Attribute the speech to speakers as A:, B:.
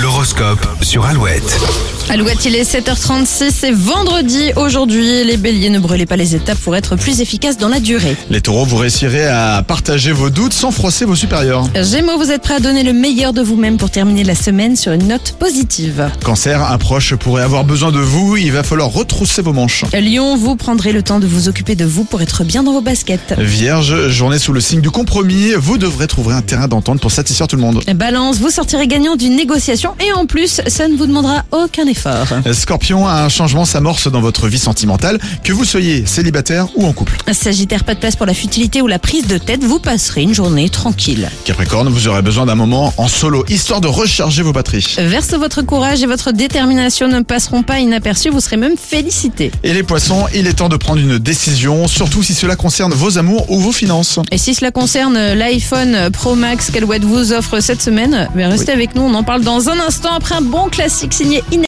A: L'horoscope sur Alouette.
B: Alouette, il est 7h36, c'est vendredi aujourd'hui. Les béliers, ne brûlez pas les étapes pour être plus efficaces dans la durée.
C: Les taureaux, vous réussirez à partager vos doutes sans froisser vos supérieurs.
B: Gémeaux, vous êtes prêts à donner le meilleur de vous-même pour terminer la semaine sur une note positive.
C: Cancer, un proche pourrait avoir besoin de vous, il va falloir retrousser vos manches.
B: Lyon, vous prendrez le temps de vous occuper de vous pour être bien dans vos baskets.
C: Vierge, journée sous le signe du compromis, vous devrez trouver un terrain d'entente pour satisfaire tout le monde.
B: Balance, vous sortirez gagnant d'une négociation et en plus, ça ne vous demandera aucun effort.
C: Scorpion, un changement s'amorce dans votre vie sentimentale, que vous soyez célibataire ou en couple.
B: Sagittaire, pas de place pour la futilité ou la prise de tête, vous passerez une journée tranquille.
C: Capricorne, vous aurez besoin d'un moment en solo, histoire de recharger vos batteries.
B: Verse votre courage et votre détermination ne passeront pas inaperçus, vous serez même félicité.
C: Et les poissons, il est temps de prendre une décision, surtout si cela concerne vos amours ou vos finances.
B: Et si cela concerne euh, l'iPhone Pro Max qu'Alouette vous offre cette semaine, ben restez avec nous, on en parle dans un instant après un bon classique signé Inès.